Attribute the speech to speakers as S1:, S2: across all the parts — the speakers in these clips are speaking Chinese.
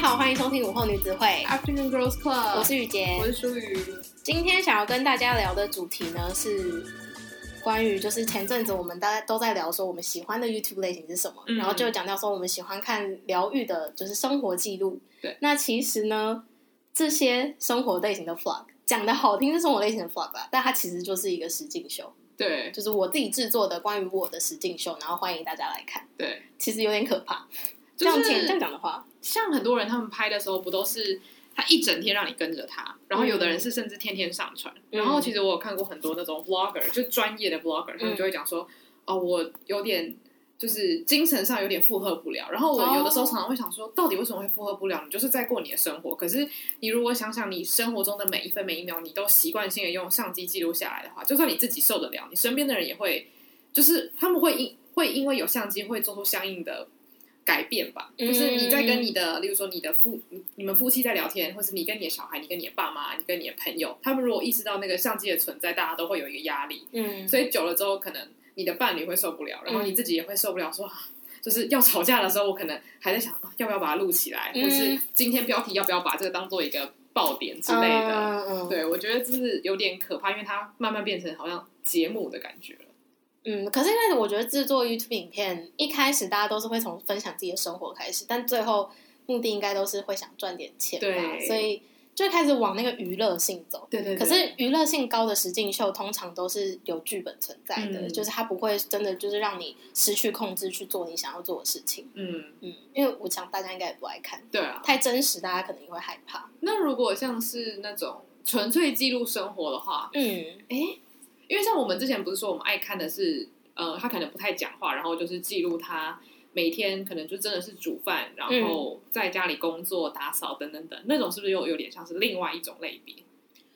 S1: 好，欢迎收听午后女子会，
S2: Afternoon Girls Club，
S1: 我是雨洁
S2: 我。是舒雨，
S1: 今天想要跟大家聊的主题呢是关于，就是前阵子我们大家都在聊说我们喜欢的 YouTube 类型是什么，
S2: 嗯
S1: 然后就讲到说我们喜欢看疗愈的，就是生活记录。
S2: 对，
S1: 那其实呢，这些生活类型的 vlog 讲的好听是生活类型的 vlog 啦，但它其实就是一个实境秀，
S2: 对
S1: 就是我自己制作的关于我的实境秀，然后欢迎大家来看。
S2: 对，
S1: 其实有点可怕，
S2: 就
S1: 这样
S2: 是
S1: 讲这样讲的话，
S2: 像很多人他们拍的时候不都是他一整天让你跟着他，然后有的人是甚至天天上传，
S1: 嗯嗯
S2: 然后其实我有看过很多那种 vlogger，就专业的 vlogger，他们就会讲说，哦，我有点。就是精神上有点负荷不了，然后我
S1: 哦
S2: 有的时候常常会想说，到底为什么会负荷不了？你就是在过你的生活，可是你如果想想你生活中的每一分每一秒，你都习惯性的用相机记录下来的话，就算你自己受得了，你身边的人也会，就是他们会因会因为有相机会做出相应的改变吧。
S1: 嗯
S2: 就是你在跟你的，例如说你的夫你你们夫妻在聊天，或是你跟你的小孩，你跟你的爸妈，你跟你的朋友，他们如果意识到那个相机的存在，大家都会有一个压力，
S1: 嗯，
S2: 所以久了之后，可能你的伴侣会受不了，然后你自己也会受不了说。啊就是要吵架的时候，我可能还在想啊要不要把它录起来，
S1: 嗯
S2: 或是今天标题要不要把这个当做一个爆点之类的。
S1: 嗯嗯嗯
S2: 对，我觉得就是有点可怕，因为它慢慢变成好像节目的感觉了。
S1: 嗯，可是因为我觉得制作 YouTube 影片一开始大家都是会从分享自己的生活开始，但最后目的应该都是会想赚点钱吧，
S2: 对
S1: 所以就开始往那个娱乐性走。
S2: 对对
S1: 可是娱乐性高的实境秀通常都是有剧本存在的，
S2: 嗯
S1: 就是它不会真的就是让你失去控制去做你想要做的事情。
S2: 嗯，
S1: 嗯，因为我想大家应该也不爱看，
S2: 对啊。
S1: 太真实大家可能也会害怕。
S2: 那如果像是那种纯粹记录生活的话，
S1: 嗯
S2: 因为像我们之前不是说我们爱看的是，呃，他可能不太讲话，然后就是记录他每天可能就真的是煮饭，然
S1: 嗯
S2: 后在家里工作、打扫等等等，那种是不是又有点像是另外一种类别？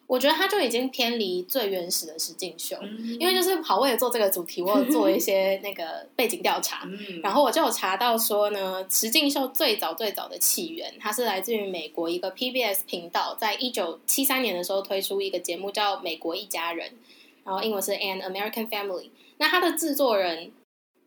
S1: 我觉得它就已经偏离最原始的实境秀，
S2: 嗯
S1: 因为就是好，为了做这个主题，我有做一些那个背景调查，
S2: 嗯，
S1: 然后我就有查到说呢，石敬秀最早最早的起源，它是来自于美国一个 PBS 频道，在一九七三年的时候推出一个节目叫《美国一家人》，然后英文是 An American Family。那它的制作人，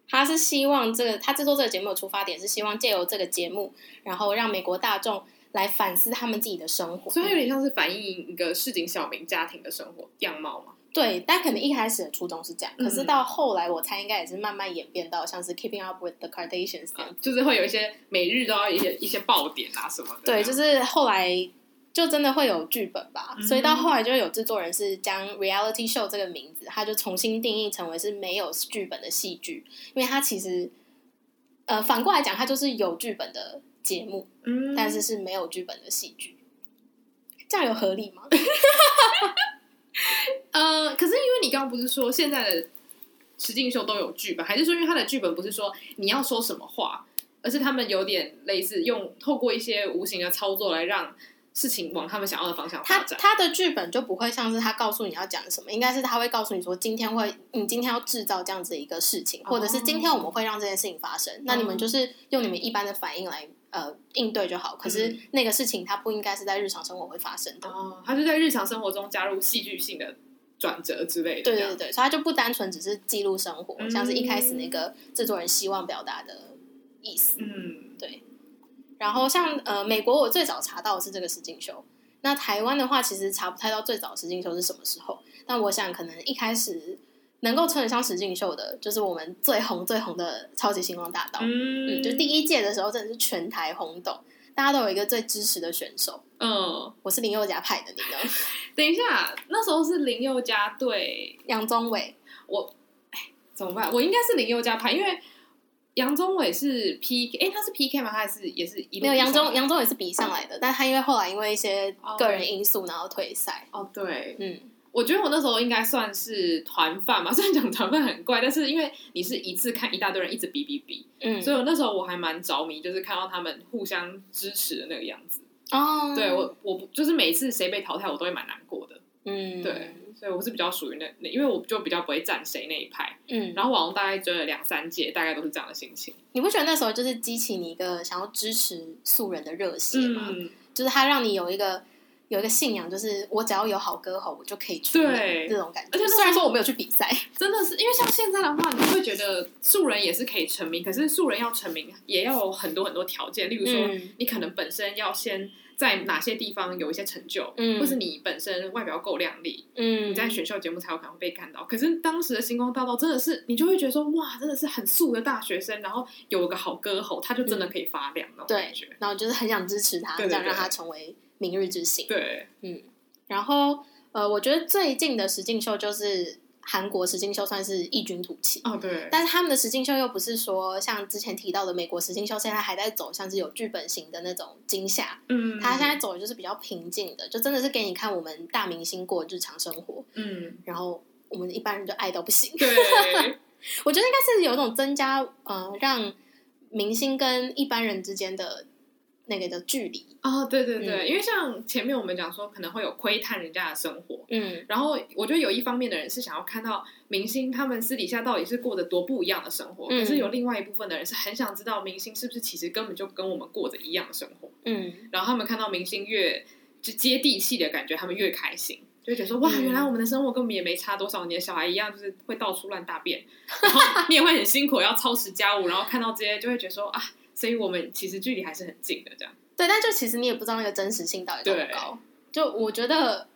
S1: 他是希望这个他制作这个节目的出发点是希望借由这个节目，然后让美国大众来反思他们自己的生活，
S2: 所以它有点像是反映一个市井小民家庭的生活样貌嘛。
S1: 对，但可能一开始的初衷是这样，
S2: 嗯
S1: 可是到后来，我猜应该也是慢慢演变到像是 Keeping Up with the Kardashians 这样。
S2: 呃就是会有一些每日都要一些一些爆点啊什么的。
S1: 对，就是后来就真的会有剧本吧，
S2: 嗯
S1: 所以到后来就有制作人是将 reality show 这个名字，他就重新定义成为是没有剧本的戏剧，因为它其实呃反过来讲，它就是有剧本的节目，
S2: 嗯，
S1: 但是是没有剧本的戏剧，这样有合理吗？
S2: 呃，可是因为你刚刚不是说现在的实境秀都有剧本，还是说因为他的剧本不是说你要说什么话，而是他们有点类似用透过一些无形的操作来让事情往他们想要的方向
S1: 他
S2: 发展？
S1: 他的剧本就不会像是他告诉你要讲什么，应该是他会告诉你说今天会，你今天要制造这样子一个事情，
S2: 哦
S1: 或者是今天我们会让这件事情发生，那你们就是用你们一般的反应来呃应对就好。可是
S2: 嗯
S1: 那个事情它不应该是在日常生活会发生的。
S2: 哦，他就在日常生活中加入戏剧性的转折之类的。
S1: 对
S2: 这
S1: 对
S2: 样
S1: 对，所以他就不单纯只是记录生活，
S2: 嗯
S1: 像是一开始那个制作人希望表达的意思。
S2: 嗯，
S1: 然后像呃美国，我最早查到的是这个石进修。那台湾的话，其实查不太到最早石进修是什么时候。但我想，可能一开始能够称得上石进秀的，就是我们最红最红的《超级星光大道》。
S2: 嗯
S1: 嗯，就第一届的时候，真的是全台轰动，大家都有一个最支持的选手。
S2: 嗯，
S1: 我是林宥嘉派的，你呢？
S2: 等一下，那时候是林宥嘉对
S1: 杨宗纬。
S2: 怎么办？我应该是林宥嘉拍，因为杨宗纬是 PK，哎、他是 PK 吗？他还是也是一路
S1: 没有杨宗，
S2: 上
S1: 杨宗纬是比上来的，但他因为后来因为一些个人因素，然后退赛。
S2: 哦，对，
S1: 嗯，
S2: 我觉得我那时候应该算是团饭 嘛，虽然讲团饭很怪，但是因为你是一次看一大堆人一直比比比，
S1: 嗯，
S2: 所以我那时候我还蛮着迷，就是看到他们互相支持的那个样子。
S1: 哦，
S2: 对，我，我不就是每次谁被淘汰，我都会蛮难过的。
S1: 嗯，
S2: 对，所以我是比较属于那，那因为我就比较不会站谁那一派。
S1: 嗯，
S2: 然后网红大概追了两三届，大概都是这样的心情。
S1: 你不觉得那时候就是激起你一个想要支持素人的热血吗？
S2: 嗯，
S1: 就是它让你有一个有一个信仰，就是我只要有好歌喉，我就可以出名
S2: 对
S1: 这种感觉。
S2: 而且那
S1: 虽然说我没有去比赛，
S2: 真的是因为像现在的话，你会觉得素人也是可以成名，可是素人要成名也要有很多很多条件，例如说
S1: 嗯
S2: 你可能本身要先在哪些地方有一些成就，
S1: 嗯
S2: 或是你本身外表够靓丽，
S1: 嗯
S2: 你在选秀节目才有可能会被看到。可是当时的星光大道真的是，你就会觉得说，哇，真的是很素的大学生，然后有个好歌喉，他就真的可以发亮那种
S1: 对
S2: 感觉。，
S1: 然后就是很想支持他，
S2: 对对
S1: 这样让
S2: 对
S1: 他成为明日之星。
S2: 对，
S1: 然后呃，我觉得最近的实境秀就是韩国实境秀算是异军突起，
S2: 哦对，
S1: 但是他们的实境秀又不是说像之前提到的美国实境秀，现在还在走像是有剧本型的那种惊吓，
S2: 嗯，
S1: 他现在走的就是比较平静的，就真的是给你看我们大明星过日常生活，
S2: 嗯，
S1: 然后我们一般人就爱到不 行。
S2: 对，
S1: 我觉得应该是有一种增加呃，让明星跟一般人之间的那个的距离，
S2: 哦对对对，
S1: 嗯
S2: 因为像前面我们讲说，可能会有窥探人家的生活。
S1: 嗯
S2: 然后我觉得有一方面的人是想要看到明星他们私底下到底是过着多不一样的生活，
S1: 嗯
S2: 可是有另外一部分的人是很想知道明星是不是其实根本就跟我们过着一样的生活。
S1: 嗯，
S2: 然后他们看到明星越就接地气的感觉，他们越开心，就会觉得说哇，
S1: 嗯
S2: 原来我们的生活根本也没差多少，你的小孩一样就是会到处乱大便， 然后你也会很辛苦要操持家务，然后看到这些就会觉得说啊，所以我们其实距离还是很近的这样。
S1: 对，但就其实你也不知道那个真实性到底高不高，就我觉得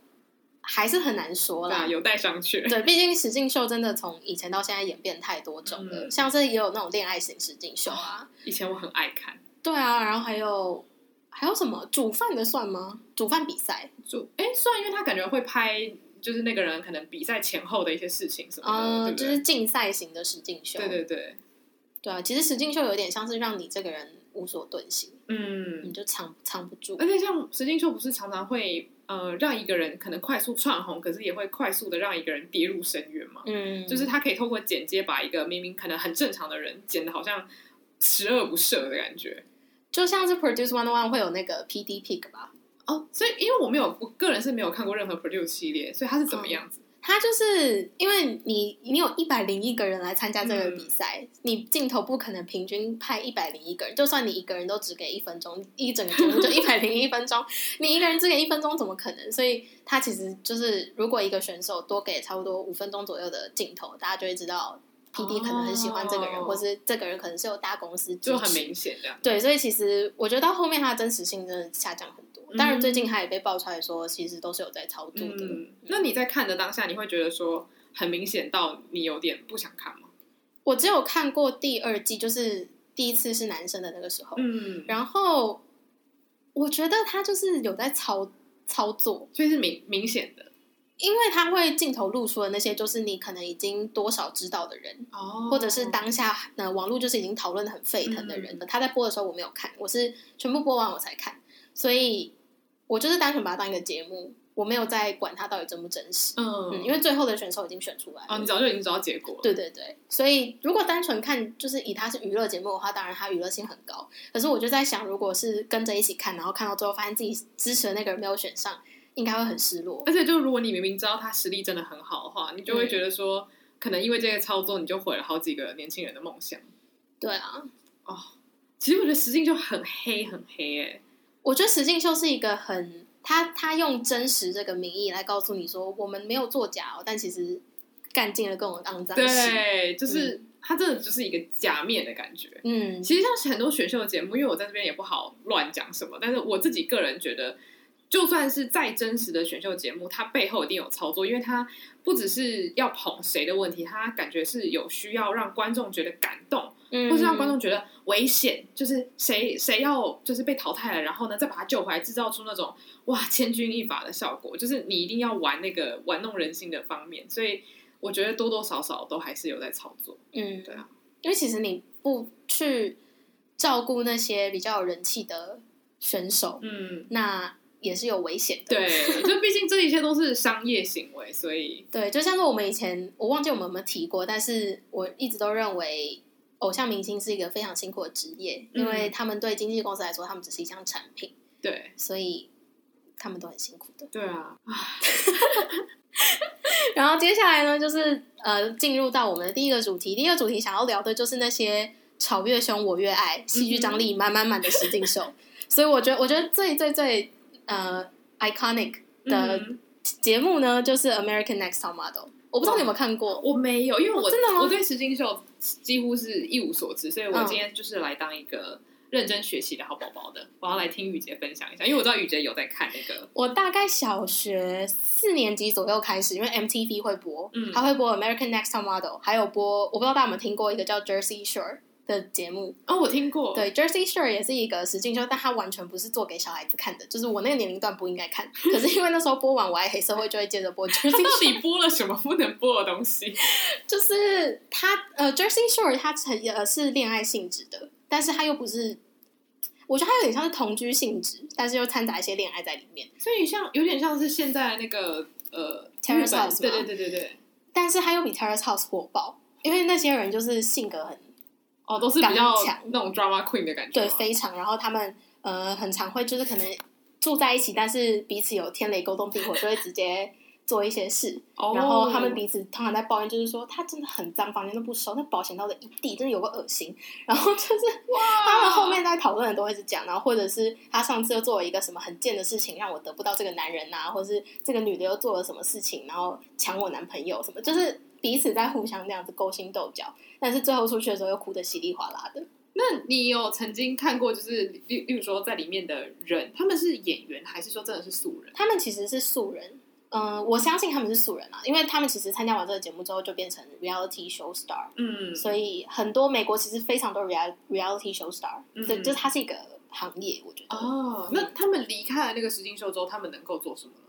S1: 还是很难说
S2: 对啊，
S1: 啦。
S2: 有待商榷。
S1: 对，毕竟实境秀真的从以前到现在演变太多种了，
S2: 嗯
S1: 像是也有那种恋爱型实境秀啊，
S2: 以前我很爱看，
S1: 对啊，然后还有还有什么煮饭的算吗？煮饭比赛，
S2: 就哎，虽然因为他感觉会拍，就是那个人可能比赛前后的一些事情什么的，
S1: 嗯，
S2: 对不
S1: 就
S2: 对？
S1: 是竞赛型的实境秀，
S2: 对对对，
S1: 对啊，其实实境秀有点像是让你这个人无所遁形，
S2: 嗯
S1: 你，就藏藏不住。
S2: 而且像石金秀不是常常会呃让一个人可能快速窜红，可是也会快速的让一个人跌入深渊嘛？
S1: 嗯，
S2: 就是他可以透过剪接把一个明明可能很正常的人剪的好像十恶不赦的感觉。
S1: 就像是 Produce One One 会有那个 PD Pick 吧，
S2: 哦，所以因为我没有，我个人是没有看过任何 Produce 系列，所以他是
S1: 哦
S2: 怎么样子？
S1: 他就是因为你你有一百零一个人来参加这个比赛，
S2: 嗯
S1: 你镜头不可能平均拍一百零一个人，就算你一个人都只给一分钟，一整个节目 就一百零一分钟，你一个人只给一分钟怎么可能？所以他其实就是如果一个选手多给差不多五分钟左右的镜头，大家就会知道 P D 可能很喜欢这个人，
S2: 哦
S1: 或是这个人可能是有大公司支持
S2: 就很明显这样。
S1: 对，所以其实我觉得到后面它的真实性真的下降很多。
S2: 嗯
S1: 当然，最近它也被爆出来说，其实都是有在操作的。
S2: 嗯，那你在看的当下，你会觉得说很明显到你有点不想看吗？
S1: 我只有看过第二季，就是第一次是男生的那个时候，
S2: 嗯，
S1: 然后我觉得他就是有在操操作，
S2: 所以是明明显的
S1: 因为他会镜头露出的那些，就是你可能已经多少知道的人，
S2: 哦嗯
S1: 或者是当下呃网络就是已经讨论的很沸腾的人，他在播的时候我没有看，我是全部播完我才看，所以我就是单纯把它当一个节目，我没有在管它到底真不真实。
S2: 嗯
S1: 嗯，因为最后的选手已经选出来了。
S2: 哦，你早就已经知道结果了。
S1: 对对对，所以如果单纯看就是以它是娱乐节目的话，当然它娱乐性很高。可是我就在想，如果是跟着一起看，然后看到最后发现自己支持的那个人没有选上，应该会很失落。
S2: 而且，就如果你明明知道他实力真的很好的话，你就会觉得说，可能因为这个操作，你就毁了好几个年轻人的梦想。
S1: 对啊，
S2: 其实我觉得实境就很黑，很黑哎、
S1: 我觉得实境秀是一个很他他用真实这个名义来告诉你说，我们没有作假、哦，但其实干尽了各种肮脏事。
S2: 对，就是、他真的就是一个假面的感觉。
S1: 嗯
S2: 其实像很多选秀节目，因为我在这边也不好乱讲什么，但是我自己个人觉得，就算是再真实的选秀节目，它背后一定有操作，因为它不只是要捧谁的问题，它感觉是有需要让观众觉得感动，
S1: 嗯，
S2: 或是让观众觉得危险，就是谁谁要就是被淘汰了，然后呢再把他救回来，制造出那种哇千钧一发的效果，就是你一定要玩那个玩弄人心的方面，所以我觉得多多少少都还是有在操作。
S1: 嗯，
S2: 对啊，
S1: 因为其实你不去照顾那些比较有人气的选手，
S2: 嗯，
S1: 那也是有危险的。
S2: 对，就毕竟这一切都是商业行为，所以
S1: 对，就像是我们以前我忘记我们有没有提过，但是我一直都认为偶像明星是一个非常辛苦的职业，
S2: 嗯
S1: 因为他们对经纪公司来说，他们只是一项产品，
S2: 对
S1: 所以他们都很辛苦的。
S2: 对啊，
S1: 然后接下来呢，就是呃，进入到我们的第一个主题。第一个主题想要聊的就是那些吵越凶我越爱，戏剧张力满满满的实境秀。所以我觉得，我觉得最最最呃 iconic 的
S2: 嗯
S1: 节目呢，就是 American Next Top Model。我不知道你有没有看过，
S2: 我没有，因为我、
S1: 哦真的吗
S2: 我对石金秀几乎是一无所知，所以我
S1: 嗯
S2: 今天就是来当一个认真学习的好宝宝的。我要来听雨杰分享一下，因为我知道雨杰有在看那个，
S1: 我大概小学四年级左右开始，因为 MTV 会播，
S2: 嗯
S1: 他会播 American Next Top Model，还有播我不知道大家有没有听过一个叫 Jersey Shore 的节目，
S2: 哦，我听过，，
S1: 对 Jersey Shore 也是一个实境秀，但它完全不是做给小孩子看的，就是我那个年龄段不应该看，可是因为那时候播完《我爱黑社会》就会接着播 Jersey
S2: 他
S1: Shore
S2: 到。底播了什么不能播的东西？
S1: 就是他呃，Jersey Shore 它成呃是恋爱性质的，但是它又不是，我觉得它有点像是同居性质，但是又掺杂一些恋爱在里面。
S2: 所以像有点像是现在那个呃，
S1: Terrace
S2: 日本
S1: House
S2: 对
S1: 吗
S2: 对对对对，
S1: 但是它又比 Terrace House 火爆，因为那些人就是性格很
S2: 哦，都是比较
S1: 刚强
S2: 那种 drama queen 的感觉
S1: 对
S2: 吗，
S1: 非常，然后他们呃很常会就是可能住在一起，但是彼此有天雷勾动地火，就会直接做一些事。
S2: 哦，
S1: 然后他们彼此通常在抱怨，就是说他真的很脏，房间都不收，那保险套的一地，真的有个恶心。然后就是他们后面在讨论的都会是讲，然后或者是他上次又做了一个什么很贱的事情，让我得不到这个男人呐、或者是这个女的又做了什么事情，然后抢我男朋友什么，就是彼此在互相这样子勾心斗角，但是最后出去的时候又哭得稀里哗啦的。
S2: 那你有曾经看过，就是例例如说在里面的人，他们是演员还是说真的是素人？
S1: 他们其实是素人。嗯、我相信他们是素人啊，因为他们其实参加完这个节目之后就变成 reality show star，
S2: 嗯，
S1: 所以很多美国其实非常多 real reality show star，
S2: 嗯
S1: 对、就是它是一个行业，我觉得、
S2: 哦，那他们离开了那个实境秀之后，他们能够做什么呢？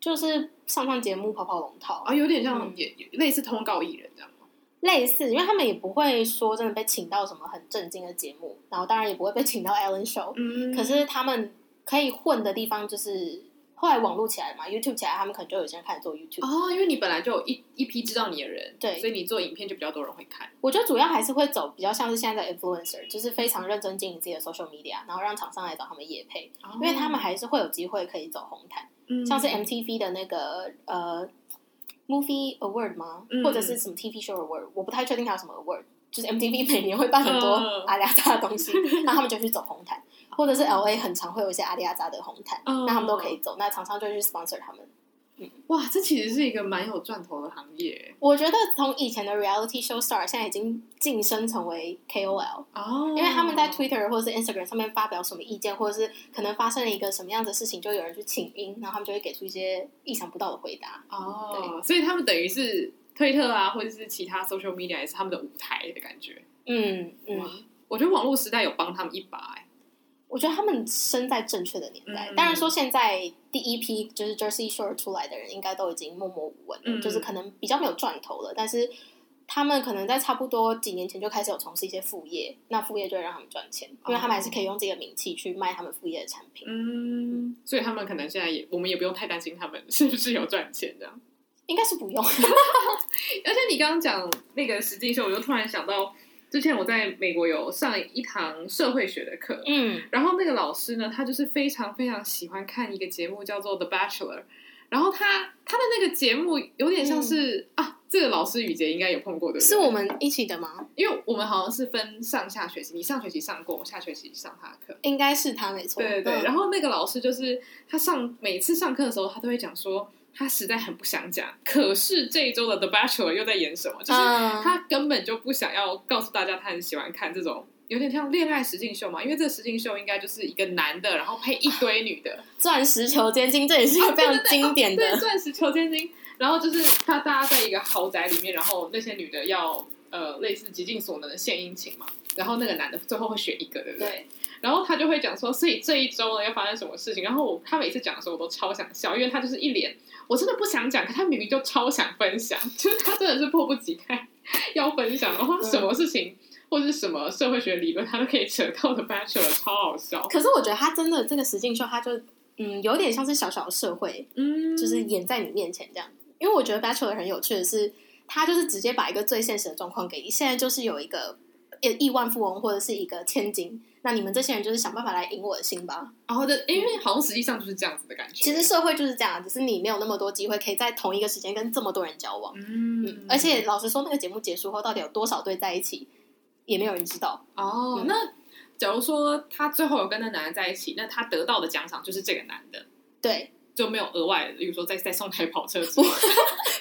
S1: 就是上上节目跑跑龙套，
S2: 啊，有点像
S1: 嗯
S2: 也也类似通告艺人这样吗
S1: 类似，因为他们也不会说真的被请到什么很震惊的节目，然后当然也不会被请到 Ellen Show，、
S2: 嗯
S1: 可是他们可以混的地方就是后来网络起来嘛，YouTube 起来，他们可能就有些人开始做 YouTube，、
S2: 哦，因为你本来就有一一批知道你的人，
S1: 对
S2: 所以你做影片就比较多人会看。
S1: 我觉得主要还是会走比较像是现在的 influencer，就是非常认真经营自己的 social media，然后让厂商来找他们业配，因为他们还是会有机会可以走红毯。
S2: 哦嗯
S1: 像是 MTV 的那个呃 Movie Award 吗？
S2: 嗯
S1: 或者是什么 TV Show Award？我不太确定它有什么 award。就是 MTV 每年会办很多
S2: 嗯
S1: 阿里阿扎的东 西，那他们就去走红毯，或者是 LA 很常会有一些阿里阿扎的红毯，
S2: 嗯
S1: 那他们都可以走，那厂商就会去 sponsor 他们。
S2: 哇，这其实是一个蛮有赚头的行业
S1: 我觉得从以前的 reality show star，现在已经晋升成为 KOL，
S2: 哦，
S1: 因为他们在 Twitter 或者是 Instagram 上面发表什么意见，或者是可能发生了一个什么样的事情，就有人去请缨，然后他们就会给出一些意想不到的回答。
S2: 哦，所以他们等于是推特啊，或者是其他 social media 也是他们的舞台的感觉。
S1: 嗯
S2: 哇
S1: 嗯，
S2: 我觉得网络时代有帮他们一把、哎
S1: 我觉得他们生在正确的年代。
S2: 嗯
S1: 当然说，现在第一批就是 Jersey Shore 出来的人，应该都已经默默无闻了，
S2: 嗯
S1: 就是可能比较没有赚头了，但是。他们可能在差不多几年前就开始有从事一些副业，那副业就会让他们赚钱，因为他们还是
S2: 哦
S1: 可以用自己的名气去卖他们副业的产品。
S2: 嗯，所以他们可能现在也，我们也不用太担心他们是不是有赚钱这样。
S1: 应该是不用，
S2: 而且你刚刚讲那个实境秀，我就突然想到，之前我在美国有上一堂社会学的课，
S1: 嗯，
S2: 然后那个老师呢，他就是非常非常喜欢看一个节目叫做《The Bachelor》，然后他他的那个节目有点像是、啊，这个老师雨杰应该有碰过对 不对？
S1: 是我们一起的吗？
S2: 因为我们好像是分上下学期，你上学期上过，我下学期上他的课。
S1: 应该是他没错。
S2: 对对对，
S1: 嗯
S2: 然后那个老师就是他上每次上课的时候，他都会讲说他实在很不想讲，可是这一周的 The Bachelor 又在演什么，就是
S1: 嗯
S2: 他根本就不想要告诉大家他很喜欢看这种。有点像恋爱实境秀嘛，因为这个实境秀应该就是一个男的，然后配一堆女的，
S1: 钻石球尖金，这也是一个非常经典的。
S2: 哦对，钻石求千金。然后就是他大家在一个豪宅里面，然后那些女的要呃类似极尽所能的献殷勤嘛，然后那个男的最后会选一个，对不对？
S1: 对
S2: 然后他就会讲说，所以这一周呢要发生什么事情。然后我他每次讲的时候，我都超想笑，因为他就是一脸我真的不想讲，可他明明就超想分享， 就是他真的是迫不及待 要分享，然
S1: 嗯
S2: 后什么事情、或是什么社会学理论，他都可以扯到的 bachelor，超好笑。
S1: 可是我觉得他真的这个实境秀，他就嗯有点像是小小的社会，
S2: 嗯
S1: 就是演在你面前这样。因为我觉得 Bachelor 很有趣的是，他就是直接把一个最现实的状况给你。现在就是有一个呃亿万富翁或者是一个千金，那你们这些人就是想办法来赢我的心吧。
S2: 然后的，因为好像实际上就是这样子的感觉。
S1: 其实社会就是这样，只是你没有那么多机会可以在同一个时间跟这么多人交往。
S2: 嗯
S1: 嗯，而且老实说，那个节目结束后，到底有多少对在一起，也没有人知道。
S2: 哦，
S1: 嗯
S2: 那假如说他最后有跟那男的在一起，那他得到的奖赏就是这个男的，
S1: 对，
S2: 就没有额外的，比如说再再送台跑车之类的。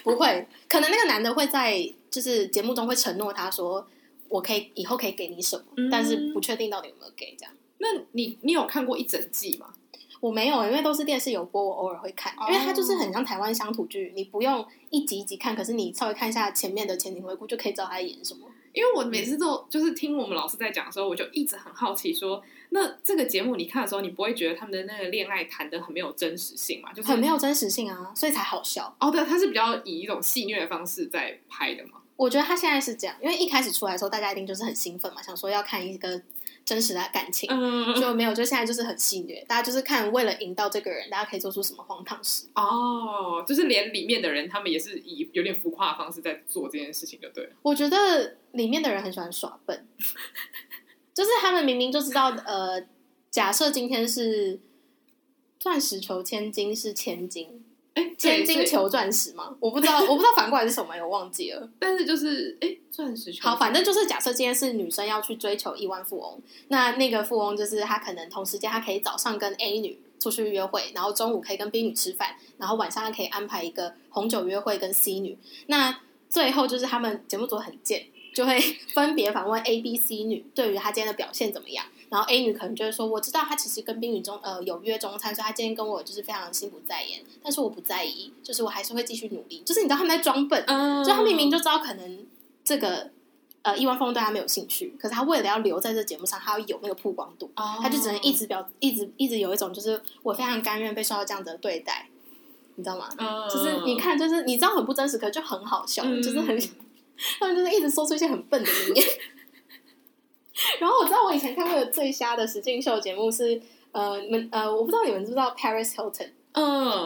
S1: 不会，可能那个男的会在就是节目中会承诺他说，我可以以后可以给你什么，
S2: 嗯
S1: 但是不确定到底有没有给这样。
S2: 那你你有看过一整季吗？
S1: 我没有，因为都是电视有播，我偶尔会看，因为它就是很像台湾乡土剧，你不用一集一集看，可是你稍微看一下前面的前景回顾，就可以知道他在演什么。
S2: 因为我每次都就是听我们老师在讲的时候，我就一直很好奇说，那这个节目你看的时候，你不会觉得他们的那个恋爱谈的很没有真实性嘛？就是
S1: 很没有真实性啊，所以才好笑。
S2: 哦，对，他是比较以一种戏谑的方式在拍的嘛。
S1: 我觉得他现在是这样，因为一开始出来的时候，大家一定就是很兴奋嘛，想说要看一个真实的感情，
S2: 嗯，
S1: 就没有，就现在就是很戏谑，大家就是看为了引到这个人，大家可以做出什么荒唐事。
S2: 哦，就是连里面的人他们也是以有点浮夸的方式在做这件事情，就对了。
S1: 我觉得里面的人很喜欢耍笨， 就是他们明明就知道，呃，假设今天是钻石求千金是千金，
S2: 哎，
S1: 千
S2: 对
S1: 金
S2: 所以
S1: 求钻石 吗？我不知道，我不知道反过来是什么，哎我忘记了。
S2: 但是就是哎，钻石球
S1: 好，反正就是假设今天是女生要去追求亿万富翁，那那个富翁就是他可能同时间他可以早上跟 A 女出去约会，然后中午可以跟 B 女吃饭，然后晚上他可以安排一个红酒约会跟 C 女。那最后就是他们节目组很贱，就会 分别访问 A、B、C 女对于她今天的表现怎么样。然后 A 女可能就会说，我知道她其实跟 B 女中呃有约中餐，所以她今天跟我就是非常心不在焉，但是我不在意，就是我还是会继续努力。就是你知道他们在装笨，
S2: 嗯，
S1: 就他明明就知道可能这个呃亿万富翁对他没有兴趣，可是他为了要留在这节目上，他要有那个曝光度，
S2: 哦，
S1: 他就只能一直表一直一直有一种就是我非常甘愿被受到这样子的对待，你知道吗？
S2: 嗯，
S1: 就是你看，就是你知道很不真实，可就很好笑，
S2: 嗯
S1: 就是很 他们就是一直说出一些很笨的名言。 然后我知道我以前看过的最瞎的实境秀节目是呃你们呃我不知道你们知不知道 Paris Hilton，
S2: 嗯，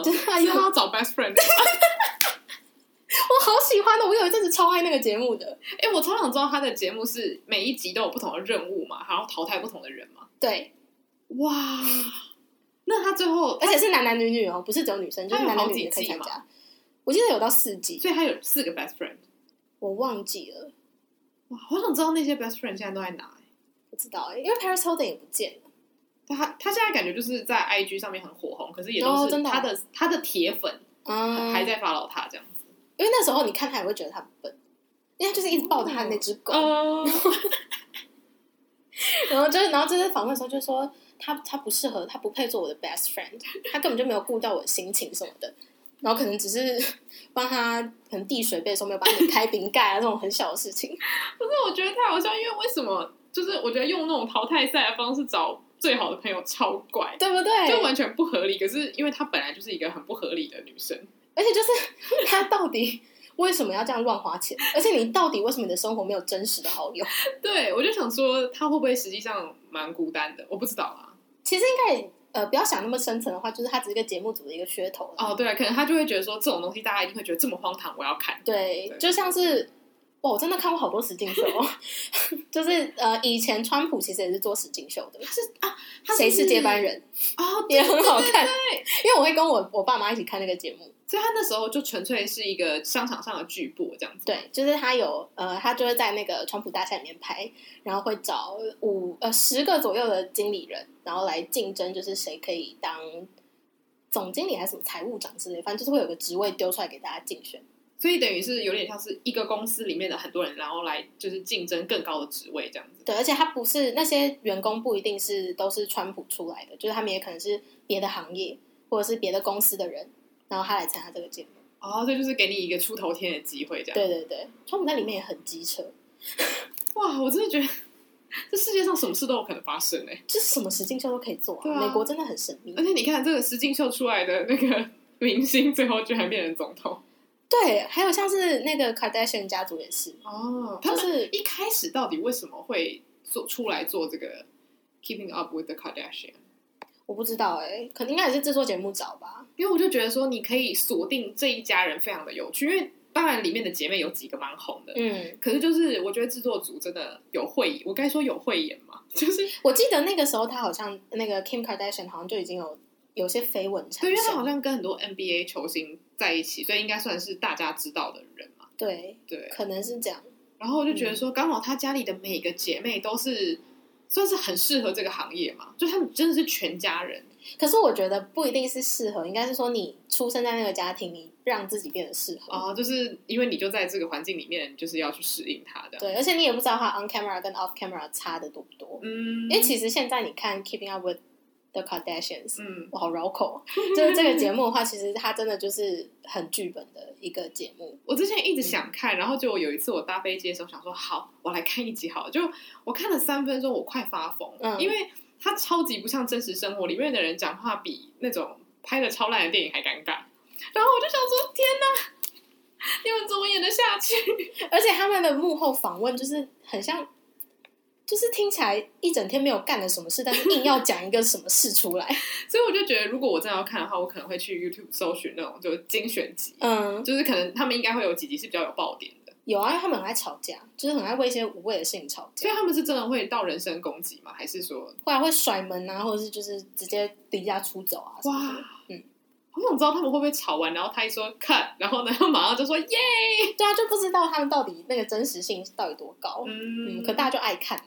S1: 就是他
S2: 因
S1: 有
S2: 为他要找 best friend。
S1: 我好喜欢哦的，我有一阵子超爱那个节目的，
S2: 哎、我超想知道他的节目是每一集都有不同的任务嘛，然后淘汰不同的人嘛。
S1: 对，
S2: 哇，那他最后，哎
S1: 而且是男男女女哦，不是只有女生，就是男男女女可以参
S2: 它有
S1: 加。我记得有到四季，
S2: 所以他有四个 best friend。
S1: 我忘记了，
S2: 哇，好想知道那些 best friend 现在都在哪、欸。
S1: 不知道哎、因为 Paris Hilton 也不见了。
S2: 但他他现在感觉就是在 IG 上面很火红，可是也
S1: 哦
S2: 都是
S1: 真的哦
S2: 他的、他的铁粉
S1: 嗯，
S2: 还在 follow 他这样子。
S1: 因为那时候你看他也会觉得他很笨，因为他就是一直抱着他那只狗，
S2: 哦、
S1: 然后就是然后这次访问的时候就说他他不适合，他不配做我的 best friend，他 根本就没有顾到我的心情什么的，然后可能只是帮他可能递水杯的时候没有帮你开瓶盖啊这种很小的事情。
S2: 可是我觉得太好笑，因为为什么就是我觉得用那种淘汰赛的方式找最好的朋友超怪，
S1: 对不对？
S2: 就完全不合理。可是因为她本来就是一个很不合理的女生。
S1: 而且就是 他到底为什么要这样乱花钱？而且你到底为什么你的生活没有真实的好友？
S2: 对，我就想说他会不会实际上蛮孤单的，我不知道啊。
S1: 其实应该呃不要想那么深层的话，就是它只是一个节目组的一个噱头啦。
S2: 哦，对，可能他就会觉得说这种东西大家一定会觉得这么荒唐，我要看。
S1: 对
S2: 对，
S1: 就像是哇，我真的看过好多实境秀哦， 就是呃以前川普其实也是做实境秀的，
S2: 是啊，他
S1: 谁
S2: 是
S1: 是接班？人
S2: 哦，
S1: 也很好看，
S2: 对，
S1: 因为我会跟我我爸妈一起看那个节目。
S2: 所以他那时候就纯粹是一个商场上的巨擘这样子。
S1: 对，就是他有呃，他就会在那个川普大厦里面拍，然后会找五呃十个左右的经理人，然后来竞争，就是谁可以当总经理还是什么财务长之类，反正就是会有个职位丢出来给大家竞选。
S2: 所以等于是有点像是一个公司里面的很多人，然后来就是竞争更高的职位这样子。
S1: 对，而且他不是那些员工不一定是都是川普出来的，就是他们也可能是别的行业或者是别的公司的人，然后他来参加这个节目。
S2: 哦，这就是给你一个出头天的机会，这样。
S1: 对对对，川普在里面也很机车，
S2: 哇，我真的觉得这世界上什么事都有可能发生哎、
S1: 就是什么实境秀都可以做、
S2: 对啊
S1: 美国真的很神秘
S2: 而。且你看这个石敬秀出来的那个 明星，最后居然变成总统。
S1: 对，还有像是那个 Kardashian 家族也是。
S2: 哦，他
S1: 就
S2: 们
S1: 是
S2: 一开始到底为什么会做出来做这个 Keeping Up with the Kardashian？
S1: 我不知道哎、可能应该也是制作节目找吧。
S2: 因为我就觉得说，你可以锁定这一家人非常的有趣，因为当然里面的姐妹有几个蛮红的，
S1: 嗯，
S2: 可是就是我觉得制作组真的有慧，我该说有慧眼嘛，就是
S1: 我记得那个时候他好像那个 Kim Kardashian 好像就已经有有些绯闻产
S2: 对，因为她好
S1: 生，
S2: 像跟很多 NBA 球星在一起，所以应该算是大家知道的人嘛，
S1: 对，
S2: 对。
S1: 可能是这样。嗯
S2: 然后我就觉得说，刚好她家里的每个姐妹都是算是很适合这个行业嘛，就他们真的是全家人。
S1: 可是我觉得不一定是适合，应该是说你出生在那个家庭，你让自己变得适合。
S2: 哦，就是因为你就在这个环境里面，就是要去适应它的。
S1: 对，而且你也不知道他 on camera 跟 off camera 差的多不多。因
S2: 嗯，
S1: 为其实现在你看 Keeping Up with the Kardashians，
S2: 嗯，
S1: 我好绕口哦，就是这个节目的话，其实它真的就是很剧本的一个节目。
S2: 我之前一
S1: 嗯
S2: 直想看，然后就有一次我搭飞机的时候想说，好，我来看一集好了，就我看了三分钟，我快发疯，
S1: 嗯
S2: 因为它超级不像真实生活里面的人讲话，比那种拍的超烂的电影还尴尬。然后我就想说，天哪， 你们怎么演得下去？
S1: 而且他们的幕后访问就是很像，就是听起来一整天没有干了什么事，但是 硬要讲一个什么事出来。
S2: 所以我就觉得，如果我真的要看的话，我可能会去 YouTube 搜寻那种就是精选集，
S1: 嗯，
S2: 就是可能他们应该会有几集是比较有爆点的。
S1: 有啊，他们很爱吵架，就是很爱为一些无谓的事情吵
S2: 所
S1: 架，
S2: 以他们是真的会到人身攻击吗？还是说，
S1: 后来会甩门啊，或者是就是直接离家出走啊。
S2: 哇，
S1: 嗯，
S2: 好想知道他们会不会吵完，然后他一说 cut，然后呢， 马上就说耶，
S1: 对啊，就不知道他们到底那个真实性到底多高。嗯，
S2: 嗯
S1: 可大家就爱看啊。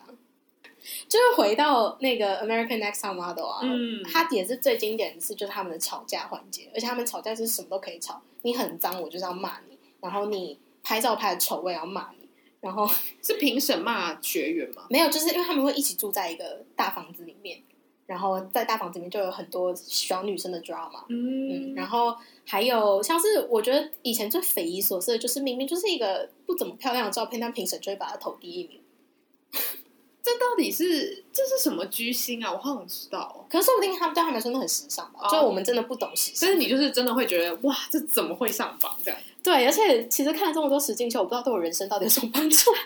S1: 就是回到那个 American Next Top Model 啊，
S2: 嗯
S1: 它也是最经典的是就是他们的吵架环节，而且他们吵架是什么都可以吵，你很脏我就是要骂你，然后你拍照拍的丑我也要骂你，然后
S2: 是评审骂学员吗？
S1: 没有就是因为他们会一起住在一个大房子里面，然后在大房子里面就有很多小女生的 drama，嗯，
S2: 嗯
S1: 然后还有像是我觉得以前最匪夷所思的就是明明就是一个不怎么漂亮的照片，但评审就会把它投第一名。
S2: 这到底是这是什么居心啊？我好想知道哦。
S1: 可是说不定他们对他们来说那很时尚吧，
S2: 哦
S1: 就我们真的不懂时尚
S2: 但。是你就是真的会觉得哇，这怎么会上榜这样？
S1: 对，而且其实看了这么多实境秀，我不知道对我人生到底有什么帮助。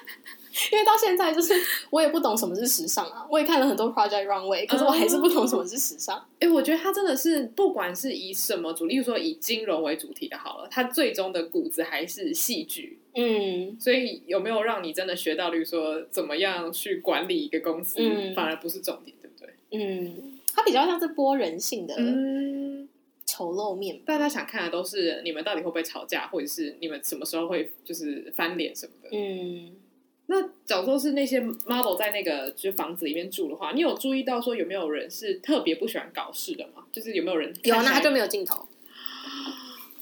S1: 因为到现在就是我也不懂什么是时尚啊，我也看了很多 Project Runway，可是我还是不懂什么是时尚。
S2: 哎、我觉得它真的是不管是以什么主，例如说以金融为主题的好了，它最终的骨子还是戏剧。
S1: 嗯，
S2: 所以有没有让你真的学到，例如说怎么样去管理一个公司，
S1: 嗯
S2: 反而不是重点，对不对？
S1: 嗯，它比较像是播人性的
S2: 嗯，
S1: 丑陋面吧。
S2: 大家想看的都是你们到底会不会吵架，或者是你们什么时候会就是翻脸什么的。
S1: 嗯，
S2: 那假如说是那些 model 在那个就是房子里面住的话，你有注意到说有没有人是特别不喜欢搞事的吗？就是有没有人
S1: 有
S2: 看
S1: 那
S2: 起来
S1: 它就没有嗯镜头，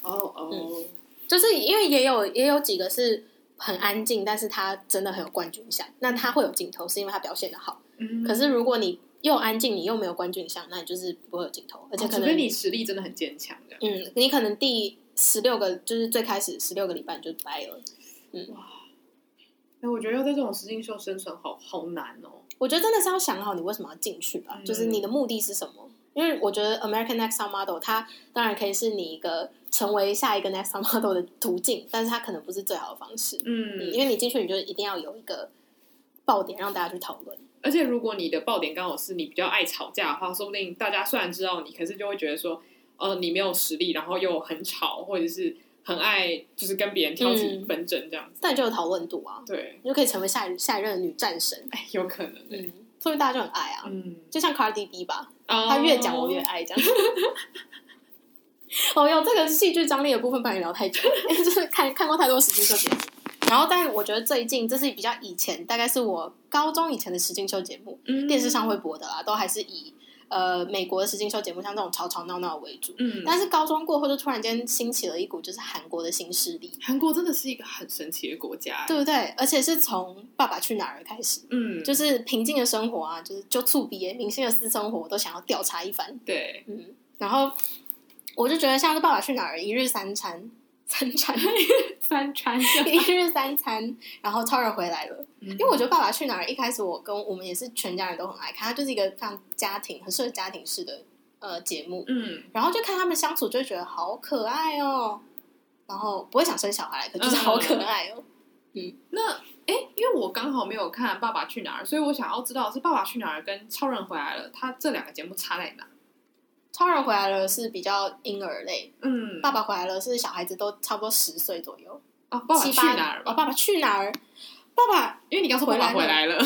S2: 哦哦，
S1: 就是因为也有也有几个是很安静，但是他真的很有冠军相，那他会有镜头是因为他表现的好。
S2: 嗯
S1: 可是如果你又安静，你又没有关俊相，那你就是不会有镜头，而且
S2: 哦
S1: 可
S2: 除
S1: 能、
S2: 非你实力真的很坚强这样。
S1: 嗯，你可能第十六个就是最开始十六个礼拜你就掰了。
S2: 哎，我觉得要在这种实境秀生存好好难哦。
S1: 我觉得真的是要想好你为什么要进去吧，
S2: 嗯
S1: 就是你的目的是什么。因为我觉得 American Next Top Model 它当然可以是你一个成为下一个 Next Top Model 的途径，但是它可能不是最好的方式。嗯，因
S2: 嗯，
S1: 为你进去你就一定要有一个爆点让大家去讨论。
S2: 而且如果你的爆点刚好是你比较爱吵架的话，说不定大家虽然知道你，可是就会觉得说，呃，你没有实力，然后又很吵，或者是很爱就是跟别人挑起
S1: 嗯
S2: 纷争这样子。
S1: 但你就有讨论度啊，
S2: 对，
S1: 你就可以成为下一下一任的女战神。
S2: 哎，有可能欸。
S1: 嗯，说明大家就很爱啊，
S2: 嗯，呃
S1: 就像 Cardi B 吧，
S2: 他
S1: 他越讲我越爱这样。哦哟，这个戏剧张力的部分把你聊太久了， 因为就是看看过太多实境秀节目。然后，但是我觉得最近这是比较以前，大概是我高中以前的实境秀节目，
S2: 嗯
S1: 电视上会播的啦，都还是以呃美国的实境秀节目，像这种吵吵闹闹为主。
S2: 嗯，
S1: 但是高中过后，就突然间兴起了一股就是韩国的新势力，
S2: 韩国真的是一个很神奇的国家，
S1: 对，不对？而且是从《爸爸去哪儿》开始，
S2: 嗯，
S1: 就是是平静的生活啊，就是就触鼻明星的私生活，我都想要调查一番。
S2: 对，
S1: 嗯，然后我就觉得像是《爸爸去哪儿》一日三餐，三餐
S2: 三川，
S1: 一日三餐，然后超人回来了。
S2: 因
S1: 因为我觉得《爸爸去哪儿》一开始我跟我们也是全家人都很爱看，它就是一个非常家庭很适合家庭式的呃节目，
S2: 嗯，
S1: 然后就看他们相处就觉得好可爱哦，然后不会想生小孩，可就是好
S2: 嗯
S1: 可爱哦。
S2: 那哎，诶因为我刚好没有看《爸爸去哪儿》，所以我想要知道是《爸爸去哪儿》跟《超人回来了》，它这两个节目差在哪？
S1: 超人回来了是比较婴儿类，
S2: 嗯，
S1: 爸爸回来了是小孩子都差不多十岁左右，
S2: 啊，爸爸
S1: 七
S2: 去
S1: 八
S2: 哪儿
S1: 哦，
S2: 吧？
S1: 爸爸去哪儿？爸爸
S2: 因为你刚说爸爸
S1: 回
S2: 回
S1: 来
S2: 来了，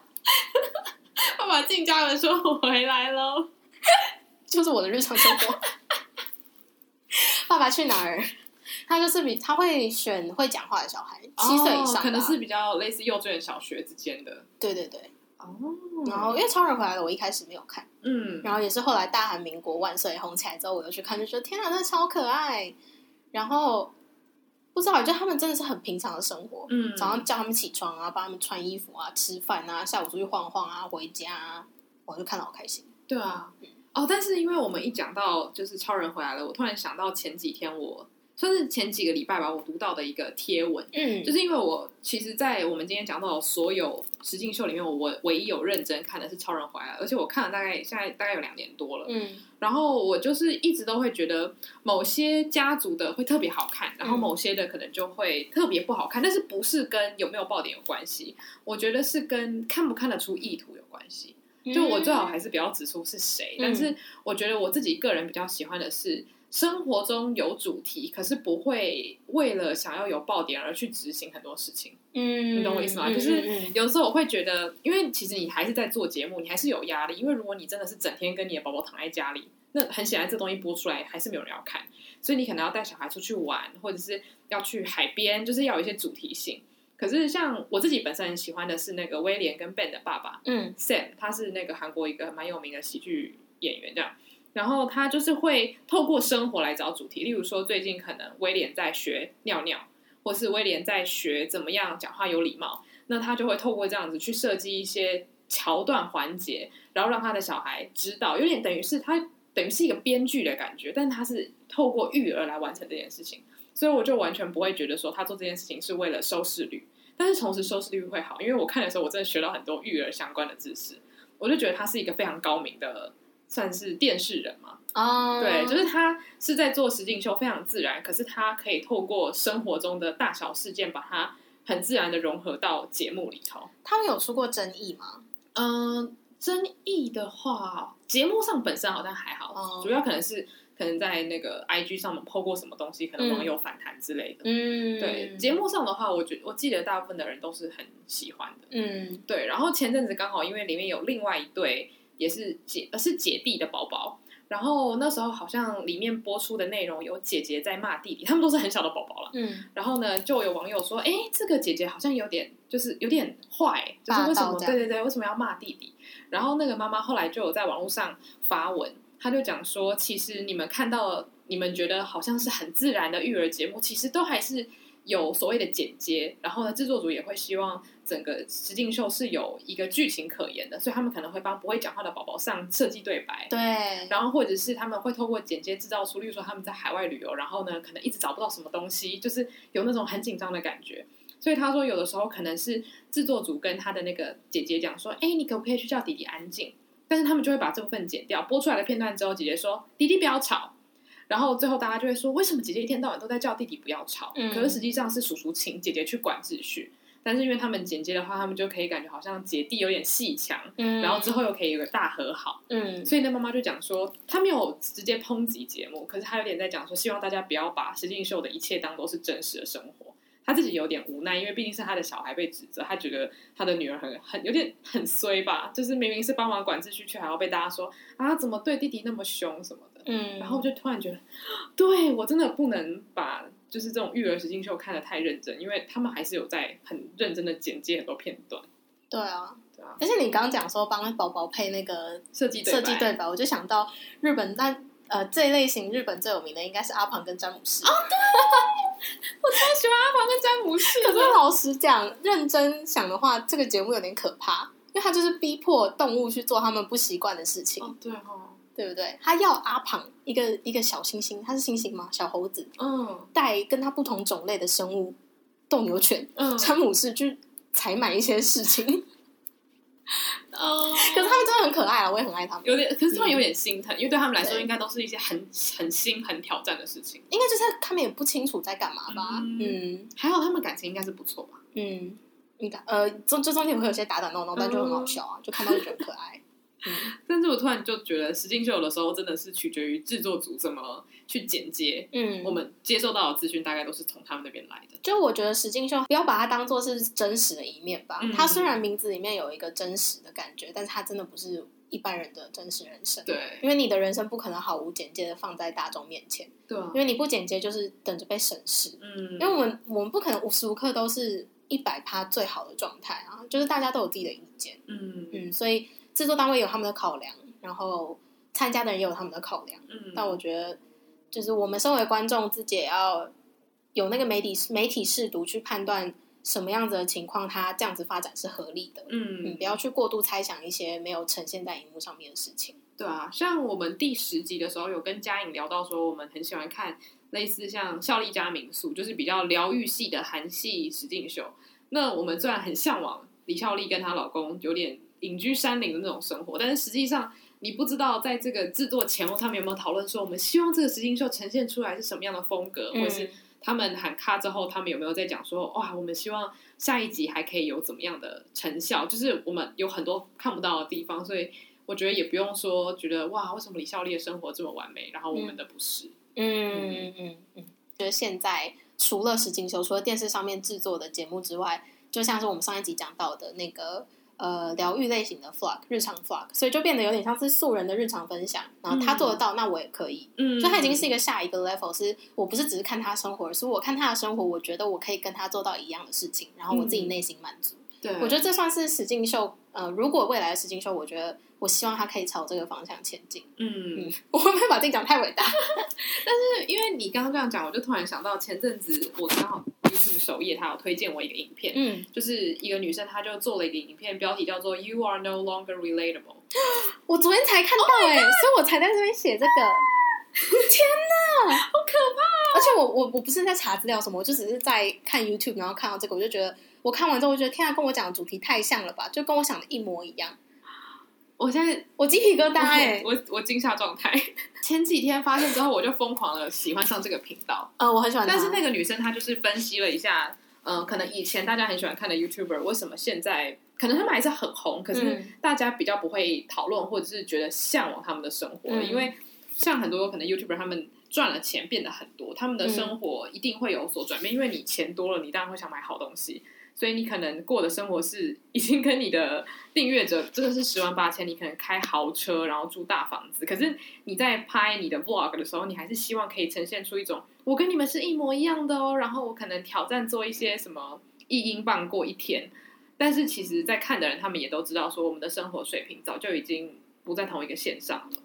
S2: 爸爸进家门说我回来喽。
S1: 就是我的日常生活。 爸爸去哪儿？他就是比他会选会讲话的小孩，七岁以上、啊
S2: 哦哦可能是比较类似幼稚园、小学之间的。
S1: 对对对，
S2: 哦，
S1: 然后因为《超人回来了》，我一开始没有看，
S2: 嗯，
S1: 然后也是后来大韩民国万岁红起来之后，我又去看，就觉得天啊，那超可爱。然后不知道，就他们真的是很平常的生活，
S2: 嗯
S1: 早上叫他们起床啊，帮他们穿衣服啊，吃饭啊，下午出去晃晃啊，回家啊，我就看到好开心。
S2: 对啊，哦，但是因为我们一讲到就是超人回来了，我突然想到前几天我算是前几个礼拜吧，我读到的一个贴文，
S1: 嗯，
S2: 就是因为我其实，在我们今天讲到的所有实境秀里面，我唯唯一有认真看的是超人回来了，而且我看了大概现在大概有两年多了，
S1: 嗯
S2: 然后我就是一直都会觉得某些家族的会特别好看，然后
S1: 嗯
S2: 某些的可能就会特别不好看，但是不是跟有没有爆点有关系，我觉得是跟看不看得出意图有关系。就我最好还是不要指出是谁，
S1: 嗯
S2: 但是我觉得我自己个人比较喜欢的是生活中有主题，可是不会为了想要有爆点而去执行很多事情。
S1: 嗯，
S2: 你懂我意思吗
S1: 嗯
S2: 就是
S1: 嗯
S2: 有时候我会觉得，因为其实你还是在做节目，你还是有压力，因为如果你真的是整天跟你的宝宝躺在家里，那很显然这东西播出来还是没有人要看，所以你可能要带小孩出去玩，或者是要去海边，就是要有一些主题性。可是像我自己本身很喜欢的是那个威廉跟 Ben 的爸爸，
S1: 嗯
S2: Sam，他是那个韩国一个蛮有名的喜剧演员，这样。然后他就是会透过生活来找主题，例如说最近可能威廉在学尿尿，或是威廉在学怎么样讲话有礼貌，那他就会透过这样子去设计一些桥段环节，然后让他的小孩知道，有点等于是他等于是一个编剧的感觉，但他是透过育儿来完成这件事情，所以我就完全不会觉得说他做这件事情是为了收视率。但是同时收视率会好，因为我看的时候我真的学到很多育儿相关的知识，我就觉得他是一个非常高明的，算是电视人
S1: 嗯
S2: 嘛。
S1: 哦，
S2: 对，就是他是在做实境秀，非常自然，可是他可以透过生活中的大小事件，把它很自然的融合到节目里头。
S1: 他们有出过争议吗？
S2: 嗯，争议的话，节目上本身好像还好，
S1: 哦
S2: 主要可能是可能在那个 IG 上面 PO 过什么东西，可能
S1: 嗯
S2: 网友反弹之类的。
S1: 嗯，
S2: 对，节目上的话，我觉我记得大部分的人都是很喜欢的。
S1: 嗯
S2: 对，然后前阵子刚好因为里面有另外一对也是姐呃是姐弟的宝宝，然后那时候好像里面播出的内容有姐姐在骂弟弟，他们都是很小的宝宝了。
S1: 嗯，
S2: 然后呢，就有网友说，哎，这个姐姐好像有点就是有点坏，就是为什
S1: 霸道
S2: 么
S1: 这
S2: 对
S1: 样
S2: 对对，为什么要骂弟弟？然后那个妈妈后来就有在网络上发文，她就讲说，其实你们看到你们觉得好像是很自然的育儿节目，其实都还是有所谓的剪接，然后呢，制作组也会希望整个实境秀是有一个剧情可言的，所以他们可能会帮不会讲话的宝宝上设计对白，
S1: 对，
S2: 然后或者是他们会透过剪接制造出，例如说他们在海外旅游，然后呢可能一直找不到什么东西，就是有那种很紧张的感觉。所以他说，有的时候可能是制作组跟他的那个姐姐讲说：“哎，你可不可以去叫弟弟安静？”但是他们就会把这部分剪掉，播出来的片段之后，姐姐说：“弟弟不要吵。”然后最后大家就会说：“为什么姐姐一天到晚都在叫弟弟不要吵？”
S1: 嗯
S2: 可是实际上是叔叔请姐姐去管秩序。但是因为他们剪接的话，他们就可以感觉好像姐弟有点戏强，
S1: 嗯，
S2: 然后之后又可以有个大和好。
S1: 嗯
S2: 所以那妈妈就讲说，她没有直接抨击节目，可是她有点在讲说，希望大家不要把实境秀的一切当做是真实的生活。她自己有点无奈，因为毕竟是她的小孩被指责，她觉得她的女儿很很有点很衰吧，就是明明是帮忙管秩序，却还要被大家说啊怎么对弟弟那么凶什么的。
S1: 嗯，
S2: 然后我就突然觉得，啊对我真的不能把就是这种育儿实境秀看得太认真，因为他们还是有在很认真的剪接很多片段，
S1: 对啊，
S2: 对啊，
S1: 而且你刚刚讲说帮宝宝配那个
S2: 设计
S1: 设计
S2: 白
S1: 对白，我就想到日本那呃这一类型日本最有名的应该是阿庞跟詹姆斯。
S2: 哦他喜欢阿房跟詹姆斯，
S1: 可是老实讲，认真想的话，这个节目有点可怕，因为它就是逼迫动物去做他们不习惯的事情，
S2: 哦对哦，
S1: 对不对？他要阿庞一个一个小猩猩，它是猩猩吗？小猴子
S2: 嗯
S1: 带跟它不同种类的生物，斗牛犬、
S2: 嗯
S1: 詹姆斯去采买一些事 情，可
S2: 哦，
S1: 是他们真的很可爱啊，我也很爱他们。
S2: 有点，可是突然有点心疼，因为对他们来说，
S1: 对
S2: 应该都是一些很很新、很挑战的事情。
S1: 应该就是他们也不清楚在干嘛吧？嗯
S2: 还好他们感情应该是不错吧？
S1: 嗯，应该呃中这中间会有些打打闹
S2: 嗯
S1: 闹，但就很好笑 啊，就看到就觉得很可爱。
S2: 但是我突然就觉得，实境秀有的时候真的是取决于制作组怎么去剪接，
S1: 嗯，
S2: 我们接受到的资讯大概都是从他们那边来的。
S1: 就我觉得石敬秀不要把它当做是真实的一面吧。
S2: 嗯
S1: 它虽然名字里面有一个真实的感觉，但是它真的不是一般人的真实人生。
S2: 对
S1: 因为你的人生不可能毫无简介的放在大众面前，
S2: 对啊
S1: 因，为你不简介就是等着被审视。
S2: 嗯，
S1: 因为我们我们不可能无时无刻都是一百趴最好的状态啊，就是大家都有自己的意见，
S2: 嗯嗯
S1: 嗯，所以制作单位有他们的考量，然后参加的人也有他们的考量。
S2: 嗯，
S1: 但我觉得，就是我们身为观众，自己也要有那个媒体媒体试读去判断什么样子的情况，它这样子发展是合理的。嗯，
S2: 嗯
S1: 不要去过度猜想一些没有呈现在荧幕上面的事情。
S2: 对啊，像我们第十集的时候有跟嘉颖聊到说，我们很喜欢看类似像《效力加民宿》，就是比较疗愈系的韩系实境秀。那我们虽然很向往李孝利跟她老公有点隐居山林的那种生活，但是实际上你不知道在这个制作前后，他们有没有讨论说，我们希望这个实境秀呈现出来是什么样的风格，或者是
S1: 嗯
S2: 他们喊卡之后，他们有没有在讲说，哇，我们希望下一集还可以有怎么样的成效？就是我们有很多看不到的地方，所以我觉得也不用说觉得哇，为什么李孝利的生活这么完美，然后我们的不是，
S1: 嗯嗯嗯嗯，觉得现在除了实境秀，除了电视上面制作的节目之外，就像是我们上一集讲到的那个呃疗愈类型的 vlog 日常 vlog，所以就变得有点像是素人的日常分享。然后他做得到，那我也可以。
S2: 嗯
S1: 所以他已经是一个下一个 level，是我不是只是看他生活，而是我看他的生活，我觉得我可以跟他做到一样的事情，然后我自己内心满足。
S2: 对，
S1: 我觉得这算是实境秀。呃，如果未来的实境秀，我觉得我希望他可以朝这个方向前进。
S2: 嗯，
S1: 嗯，我会不会把自己讲太伟大？
S2: 就是因为你刚刚这样讲，我就突然想到前阵子我刚好 YouTube 首页，他有推荐我一个影片，
S1: 嗯，
S2: 就是一个女生，她就做了一个影片，标题叫做 “You are no longer relatable”。
S1: 我昨天才看到哎、所以我才在这边写这个。 天哪，好可怕！而哦且我我我不是在查资料什么，我就只是在看 YouTube，然后看到这个，我就觉得我看完之后，我觉得天啊，跟我讲的主题太像了吧，就跟我想的一模一样，
S2: 我现在
S1: 我鸡皮疙瘩哎、
S2: 我我我惊吓状态。前几天发现之后，我就疯狂的喜欢上这个频道。
S1: 呃，我很喜欢他，
S2: 但是那个女生她就是分析了一下，嗯、可能以前大家很喜欢看的 YouTuber，为什么现在可能他们还是很红，可是
S1: 嗯
S2: 大家比较不会讨论或者是觉得向往他们的生活，
S1: 嗯
S2: 因为像很多可能 YouTuber 他们。赚了钱变得很多，他们的生活一定会有所转变，因为你钱多了，你当然会想买好东西，所以你可能过的生活是已经跟你的订阅者真的是十万八千，你可能开豪车，然后住大房子，可是你在拍你的 vlog 的时候，你还是希望可以呈现出一种我跟你们是一模一样的哦。然后我可能挑战做一些什么一英镑过一天，但是其实，在看的人他们也都知道，说我们的生活水平早就已经不在同一个线上了。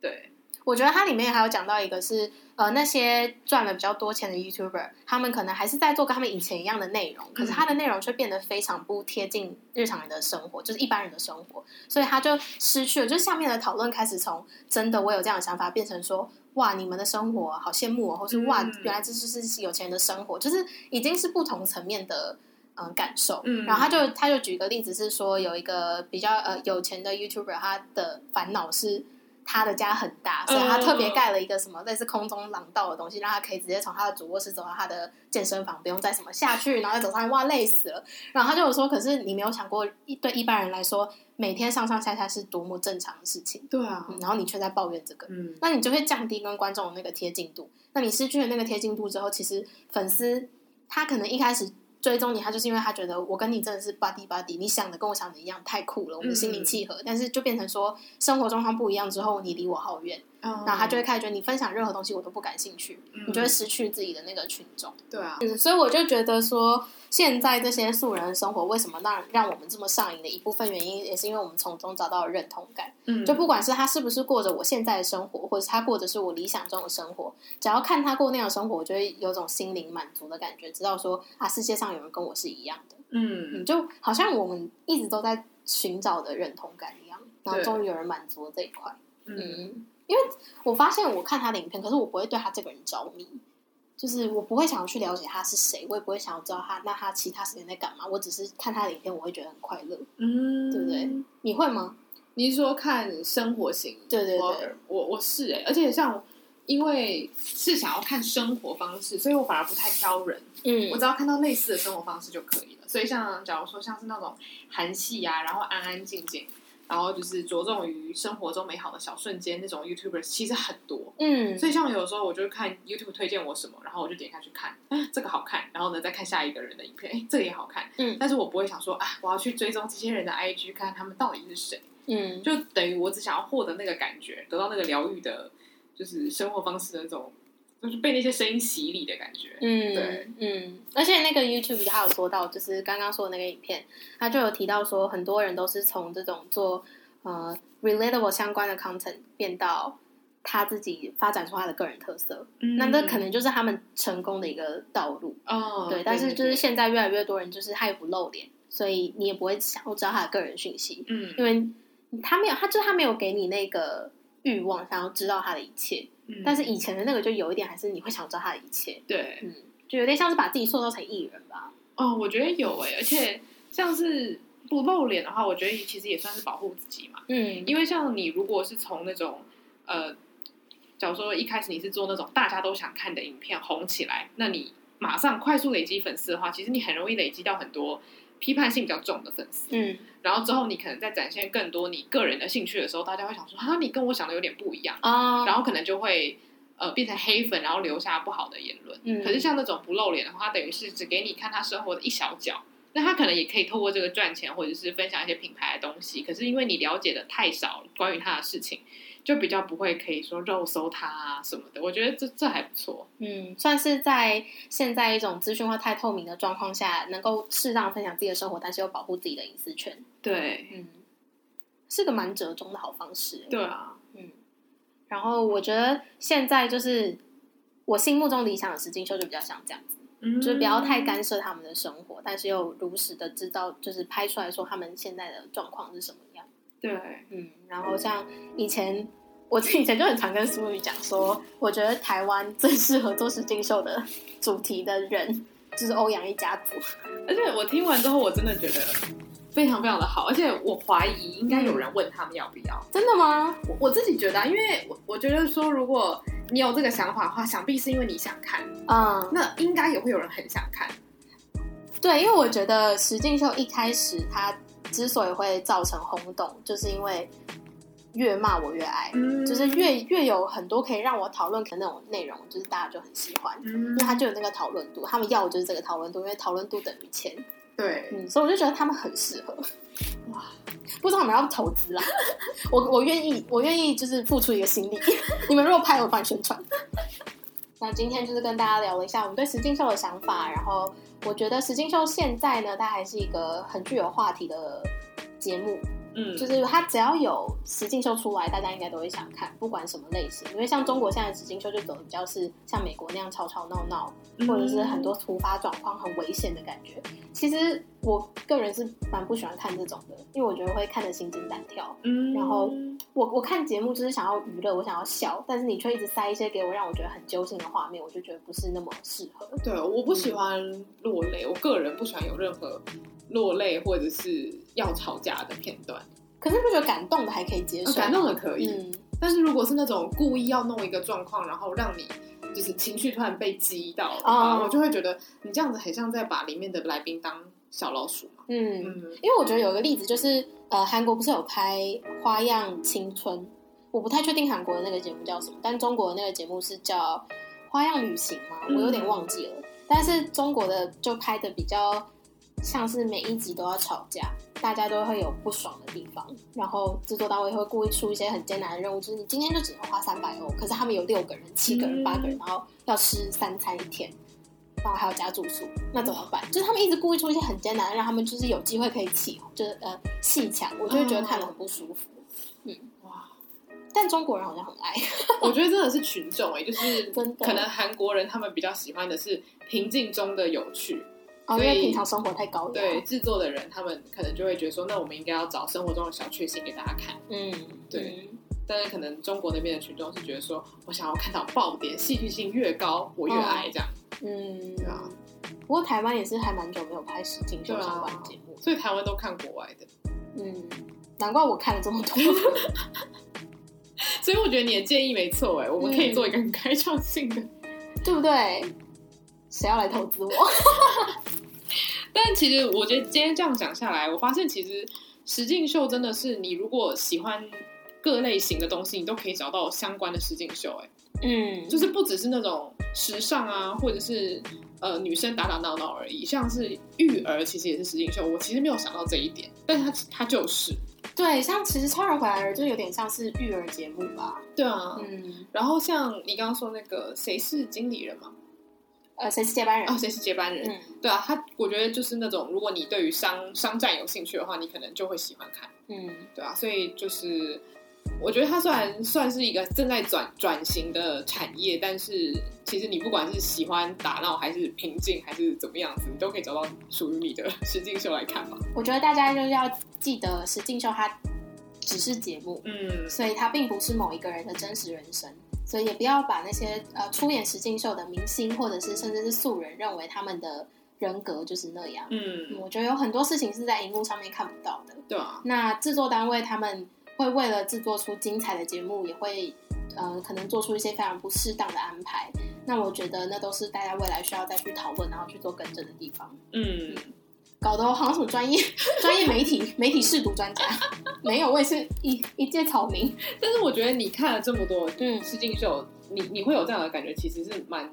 S2: 对，
S1: 我觉得它里面还有讲到一个是，呃，那些赚了比较多钱的 YouTuber，他们可能还是在做跟他们以前一样的内容，
S2: 嗯
S1: 可是他的内容却变得非常不贴近日常人的生活，就是一般人的生活，所以他就失去了。就下面的讨论开始从真的我有这样的想法，变成说哇，你们的生活好羡慕哦，或是哇
S2: 嗯，
S1: 原来这就是有钱人的生活，就是已经是不同层面的。嗯，感受，
S2: 嗯
S1: 然后他就他就举个例子是说，有一个比较呃有钱的 YouTuber，他的烦恼是他的家很大，所以他特别盖了一个什么类似空中廊道的东西，让他可以直接从他的主卧室走到他的健身房，不用再什么下去，然后再走上来，哇，累死了。然后他就有说，可是你没有想过，一对一般人来说，每天上上下下是多么正常的事情，
S2: 对啊
S1: 嗯然后你却在抱怨这个，
S2: 嗯，
S1: 那你就会降低跟观众的那个贴近度。那你失去了那个贴近度之后，其实粉丝他可能一开始追踪你，他就是因为他觉得我跟你真的是 buddy buddy，你想的跟我想的一样，太酷了，我们心灵契合。但是就变成说生活状况不一样之后，你离我好远，
S2: 然
S1: 然后他就会开始觉得你分享任何东西我都不感兴
S2: 嗯
S1: 趣，你就会失去自己的那个群众。
S2: 对啊，
S1: 嗯，所以我就觉得说，现在这些素人的生活为什么让让我们这么上瘾的一部分原因，也是因为我们从中找到了认同感。
S2: 嗯，
S1: 就不管是他是不是过着我现在的生活，或者是他过着是我理想中的生活，只要看他过那样的生活，我就会有种心灵满足的感觉，知道说啊，世界上有人跟我是一样的，
S2: 嗯
S1: 嗯，就好像我们一直都在寻找的认同感一样，然后
S2: 对
S1: 终于有人满足了这一块，
S2: 嗯
S1: 嗯，因为我发现我看他的影片，可是我不会对他这个人着迷。就是我不会想要去了解他是谁，我也不会想要知道他那他其他时间在干嘛，我只是看他的影片，我会觉得很快乐。
S2: 嗯，
S1: 对不对？你会吗？
S2: 你是说看生活型？
S1: 对对
S2: 我
S1: 对，
S2: 我我是哎、而且像因为是想要看生活方式，所以我反而不太挑人，
S1: 嗯
S2: 我只要看到类似的生活方式就可以了。所以像假如说像是那种韩系啊，然后安安静静，然后就是着重于生活中美好的小瞬间那种 YouTuber 其实很多。
S1: 嗯，
S2: 所以像有时候我就看 YouTube 推荐我什么，然后我就点开去看，啊，这个好看，然后呢再看下一个人的影片，哎，这个也好看，
S1: 嗯
S2: 但是我不会想说啊，我要去追踪这些人的 IG 看他们到底是谁。
S1: 嗯，
S2: 就等于我只想要获得那个感觉，得到那个疗愈的，就是生活方式的那种
S3: 就是被那些声音洗礼的感觉。对
S1: 嗯嗯，而且那个 YouTube 他有说到，就是刚刚说的那个影片，他就有提到说，很多人都是从这种做呃 relatable 相关的 content 变到他自己发展出他的个人特色，嗯那这可能就是他们成功的一个道路。
S2: 哦，
S1: 对，但是就
S2: 对
S1: 是现在越来越多人就是他也不露脸，所以你也不会想要知道他的个人讯息，
S2: 嗯
S1: 因为他没有，他就是他没有给你那个欲望想要知道他的一切，
S2: 嗯，
S1: 但是以前的那个就有一点还是你会想知道他的一切。
S2: 对，
S1: 嗯，就有点像是把自己塑造成艺人吧。
S2: 哦，我觉得有诶、而且像是不露脸的话，我觉得其实也算是保护自己嘛。
S1: 嗯
S2: 因为像你如果是从那种呃，假如说一开始你是做那种大家都想看的影片红起来，那你马上快速累积粉丝的话，其实你很容易累积到很多批判性比较重的粉丝。
S1: 嗯
S2: 然后之后你可能在展现更多你个人的兴趣的时候，大家会想说啊，你跟我想的有点不一样，
S1: 哦，
S2: 然后可能就会。呃，变成黑粉，然后留下不好的言论。
S1: 嗯
S2: 可是像那种不露脸的话，他等于是只给你看他生活的一小角，那他可能也可以透过这个赚钱，或者是分享一些品牌的东西。可是因为你了解的太少了关于他的事情，就比较不会可以说肉搜他啊什么的。我觉得这这还不错。
S1: 嗯，算是在现在一种资讯化太透明的状况下，能够适当分享自己的生活，但是又保护自己的隐私权。
S2: 对，
S1: 嗯，是个蛮折中的好方式。
S2: 对啊，
S1: 嗯，然后我觉得现在就是我心目中理想的实境秀就比较像这样子，
S2: 嗯
S1: 就是不要太干涉他们的生活，但是又如实的知道，就是拍出来说他们现在的状况是什么样。
S2: 对，
S1: 嗯，然后像以前，我自己以前就很常跟苏雨讲说，我觉得台湾最适合做实境秀的主题的人就是欧阳一家族。
S2: 而且我听完之后，我真的觉得非常非常的好，而且我怀疑应该有人问他们要不要。
S1: 真的吗？
S2: 我我自己觉得、啊，因为我我觉得说，如果你有这个想法的话，想必是因为你想看，
S1: 嗯，
S2: 那应该也会有人很想看。
S1: 对，因为我觉得实境秀一开始它之所以会造成轰动，就是因为越骂我越爱，
S2: 嗯
S1: 就是越越有很多可以让我讨论的那种内容，就是大家就很喜欢。
S2: 嗯
S1: 因为它就有那个讨论度，他们要的就是这个讨论度，因为讨论度等于钱。
S2: 对，
S1: 嗯，所以我就觉得他们很适合。哇，不知道你们要不投资啊？ 我我愿意，我愿意就是付出一个心力。 你们如果拍，我帮你宣传。 那今天就是跟大家聊了一下我们对实境秀的想法，然后我觉得实境秀现在呢，它还是一个很具有话题的节目，
S2: 嗯
S1: 就是它只要有实境秀出来，大家应该都会想看，不管什么类型。因为像中国现在的实境秀就走的比较是像美国那样吵吵闹闹，或者是
S2: 嗯
S1: 很多突发状况很危险的感觉。其实我个人是蛮不喜欢看这种的，因为我觉得会看得心惊胆跳。
S2: 嗯，
S1: 然后我我看节目就是想要娱乐，我想要笑，但是你却一直塞一些给我让我觉得很揪心的画面，我就觉得不是那么适合。
S2: 对，我不喜欢落泪，我个人不喜欢有任何落泪或者是要吵架的片段，
S1: 可是你不觉得感动的还可以接受？
S2: 哦感动的可以，
S1: 嗯，
S2: 但是如果是那种故意要弄一个状况，然后让你。就是情绪突然被激到的话
S1: 哦
S2: 我就会觉得你这样子很像在把里面的来宾当小老鼠嘛。
S1: 嗯嗯，
S2: 嗯，
S1: 因为我觉得有一个例子就是，呃，韩国不是有拍《花样青春》，我不太确定韩国的那个节目叫什么，但中国的那个节目是叫《花样旅行》嘛，我有点忘记了。但是中国的就拍的比较像是每一集都要吵架，大家都会有不爽的地方，然后制作单位会故意出一些很艰难的任务，就是你今天就只能花三百欧，可是他们有六个人、七个人、
S2: 嗯
S1: 八个人，然后要吃三餐一天。然后还有加住宿，那怎么办？就是他们一直故意出一些很艰难的，让他们就是有机会可以起，就是呃戏抢，我就会
S2: 嗯
S1: 觉得看得很不舒服。
S2: 哇，
S1: 但中国人好像很爱，
S2: 我觉得真的是群众哎、就是
S1: 真的
S2: 可能韩国人他们比较喜欢的是平静中的有趣，
S1: 哦，因
S2: 所
S1: 为
S2: 以
S1: 平常生活太高压。
S2: 对，制作的人，他们可能就会觉得说，那我们应该要找生活中的小确幸给大家看。
S1: 嗯，
S2: 对
S1: 嗯，
S2: 但是可能中国那边的群众是觉得说，我想要看到爆点，戏剧性越高，我越爱这样。
S1: 嗯，
S2: 对啊
S1: 不过台湾也是还蛮久没有拍实境秀
S2: 对啊
S1: 相关节目，
S2: 所以台湾都看国外的，
S1: 嗯，难怪我看了这么多。
S2: 所以我觉得你的建议没错哎，我们可以做一个很开创性的。
S1: 对不对？谁要来投 资我？
S2: 但其实我觉得今天这样讲下来，我发现其实实境秀真的是你如果喜欢各类型的东西，你都可以找到相关的实境秀哎。
S1: 嗯，
S2: 就是不只是那种时尚啊，或者是呃女生打打闹闹而已，像是育儿其实也是实境秀。我其实没有想到这一点，但它它就是
S1: 对，像其实《超人回来了》就有点像是育儿节目吧。
S2: 对啊，
S1: 嗯，
S2: 然后像你刚刚说那个谁是经理人嘛？
S1: 呃，谁是接班人？
S2: 哦，谁是接班人？
S1: 嗯
S2: 对啊，他我觉得就是那种，如果你对于商商战有兴趣的话，你可能就会喜欢看，
S1: 嗯
S2: 对啊，所以就是我觉得它虽然算是一个正在转转型的产业，但是其实你不管是喜欢打闹还是平静还是怎么样子，你都可以找到属于你的实境秀来看吧。
S1: 我觉得大家就是要记得，实境秀它只是节目，
S2: 嗯，
S1: 所以它并不是某一个人的真实人生，所以也不要把那些呃出演实境秀的明星或者是甚至是素人认为他们的人格就是那样。嗯
S2: 嗯，
S1: 我觉得有很多事情是在荧幕上面看不到的。
S2: 对啊，
S1: 那制作单位他们会为了制作出精彩的节目，也会呃可能做出一些非常不适当的安排。那我觉得那都是大家未来需要再去讨论，然后去做更正的地方。
S2: 嗯，
S1: 搞得我好像什么专业专业媒体媒体试读专家， 没有，我也是一一介草民。
S2: 但是我觉得你看了这么多
S1: 嗯
S2: 实境秀，你你会有这样的感觉，其实是蛮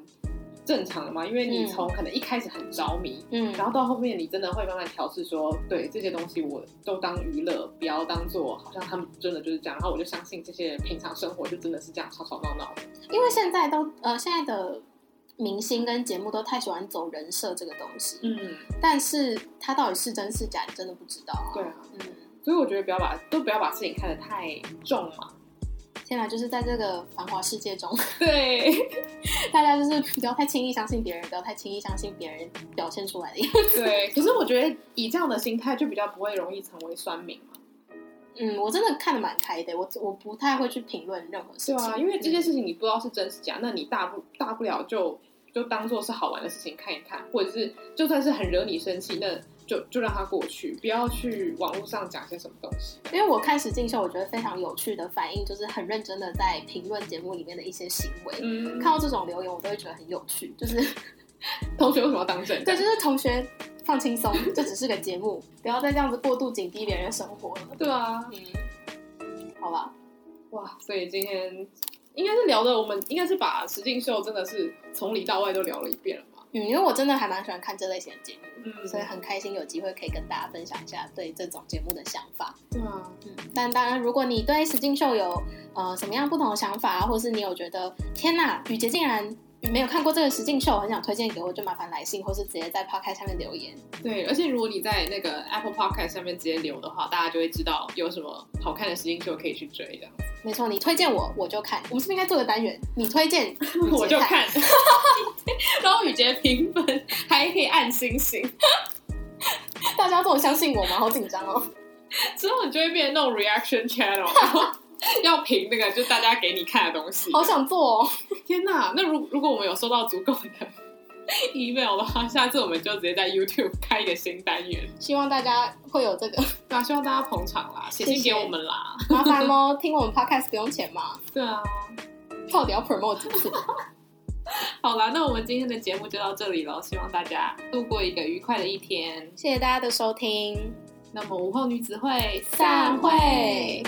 S2: 正常的嘛，因为你
S1: 嗯
S2: 从可能一开始很着迷，
S1: 嗯，
S2: 然后到后面，你真的会慢慢调试说，对这些东西我都当娱乐，不要当做好像他们真的就是这样。然后我就相信这些人平常生活就真的是这样吵吵闹闹的。
S1: 因为现在都呃现在的明星跟节目都太喜欢走人设这个东西，
S2: 嗯，
S1: 但是它到底是真是假，你真的不知道啊。
S2: 对啊。
S1: 嗯。
S2: 所以我觉得不要把都不要把事情看得太重嘛。
S1: 天哪，就是在这个繁华世界中，
S2: 对
S1: 大家就是 不要太轻易相信别人，不要太轻易相信别人表现出来的样子。
S2: 对，可是我觉得以这样的心态就比较不会容易成为酸民嘛。
S1: 嗯，我真的看得蛮开的，我我不太会去评论任何事
S2: 对
S1: 情。
S2: 啊，因为这件事情你不知道是真是假，那你大不大不了就就当做是好玩的事情看一看，或者是就算是很惹你生气，那就就让它过去，不要去网络上讲些什么东西。
S1: 因为我看实境秀，我觉得非常有趣的反应就是很认真的在评论节目里面的一些行为。
S2: 嗯，
S1: 看到这种留言，我都会觉得很有趣， 就是
S2: 同学为什么要当正？
S1: 对，就是同学放轻松， 这只是个节目，不要再这样子过度紧逼别人的生活了。
S2: 对啊，
S1: 嗯，好吧，
S2: 哇！所以今天应该是聊的，我们应该是把实境秀真的是从里到外都聊了一遍了嘛。
S1: 嗯，因为我真的还蛮喜欢看这类型的节目。
S2: 嗯
S1: 所以很开心有机会可以跟大家分享一下对这种节目的想法。
S2: 对啊，
S1: 嗯，但当然，如果你对实境秀有呃什么样不同的想法，或是你有觉得天呐，雨杰竟然没有看过这个实境秀，很想推荐给我，就麻烦来信或是直接在 podcast 下面留言。
S2: 对，而且如果你在那个 Apple Podcast 上面直接留的话，大家就会知道有什么好看的实境秀可以去追，这样 子
S1: 没错，你推荐我我就看。我们是不是应该做个单元？你推 荐
S2: 我就
S1: 雨杰，
S2: 看。 然后雨杰评分还可以按星星，
S1: 大家这么相信我吗？好紧张哦。
S2: 之后你就会变成那种 reaction channel，然后要评那个就大家给你看的东 西。
S1: 好想做哦。
S2: 天呐，那如如果我们有收到足够的 email 的话，下次我们就直接在 YouTube 开一个新单元。
S1: 希望大家会有这个
S2: 对啊，希望大家捧场啦，写信
S1: 谢谢
S2: 给我们啦。
S1: 麻烦哦。听我们 podcast 不用钱吗？
S2: 对啊，
S1: 到底要 promote 几次？
S2: 好啦，那我们今天的节目就到这里了，希望大家度过一个愉快的一天。
S1: 谢谢大家的收听，
S2: 那么午后女子会
S1: 散会。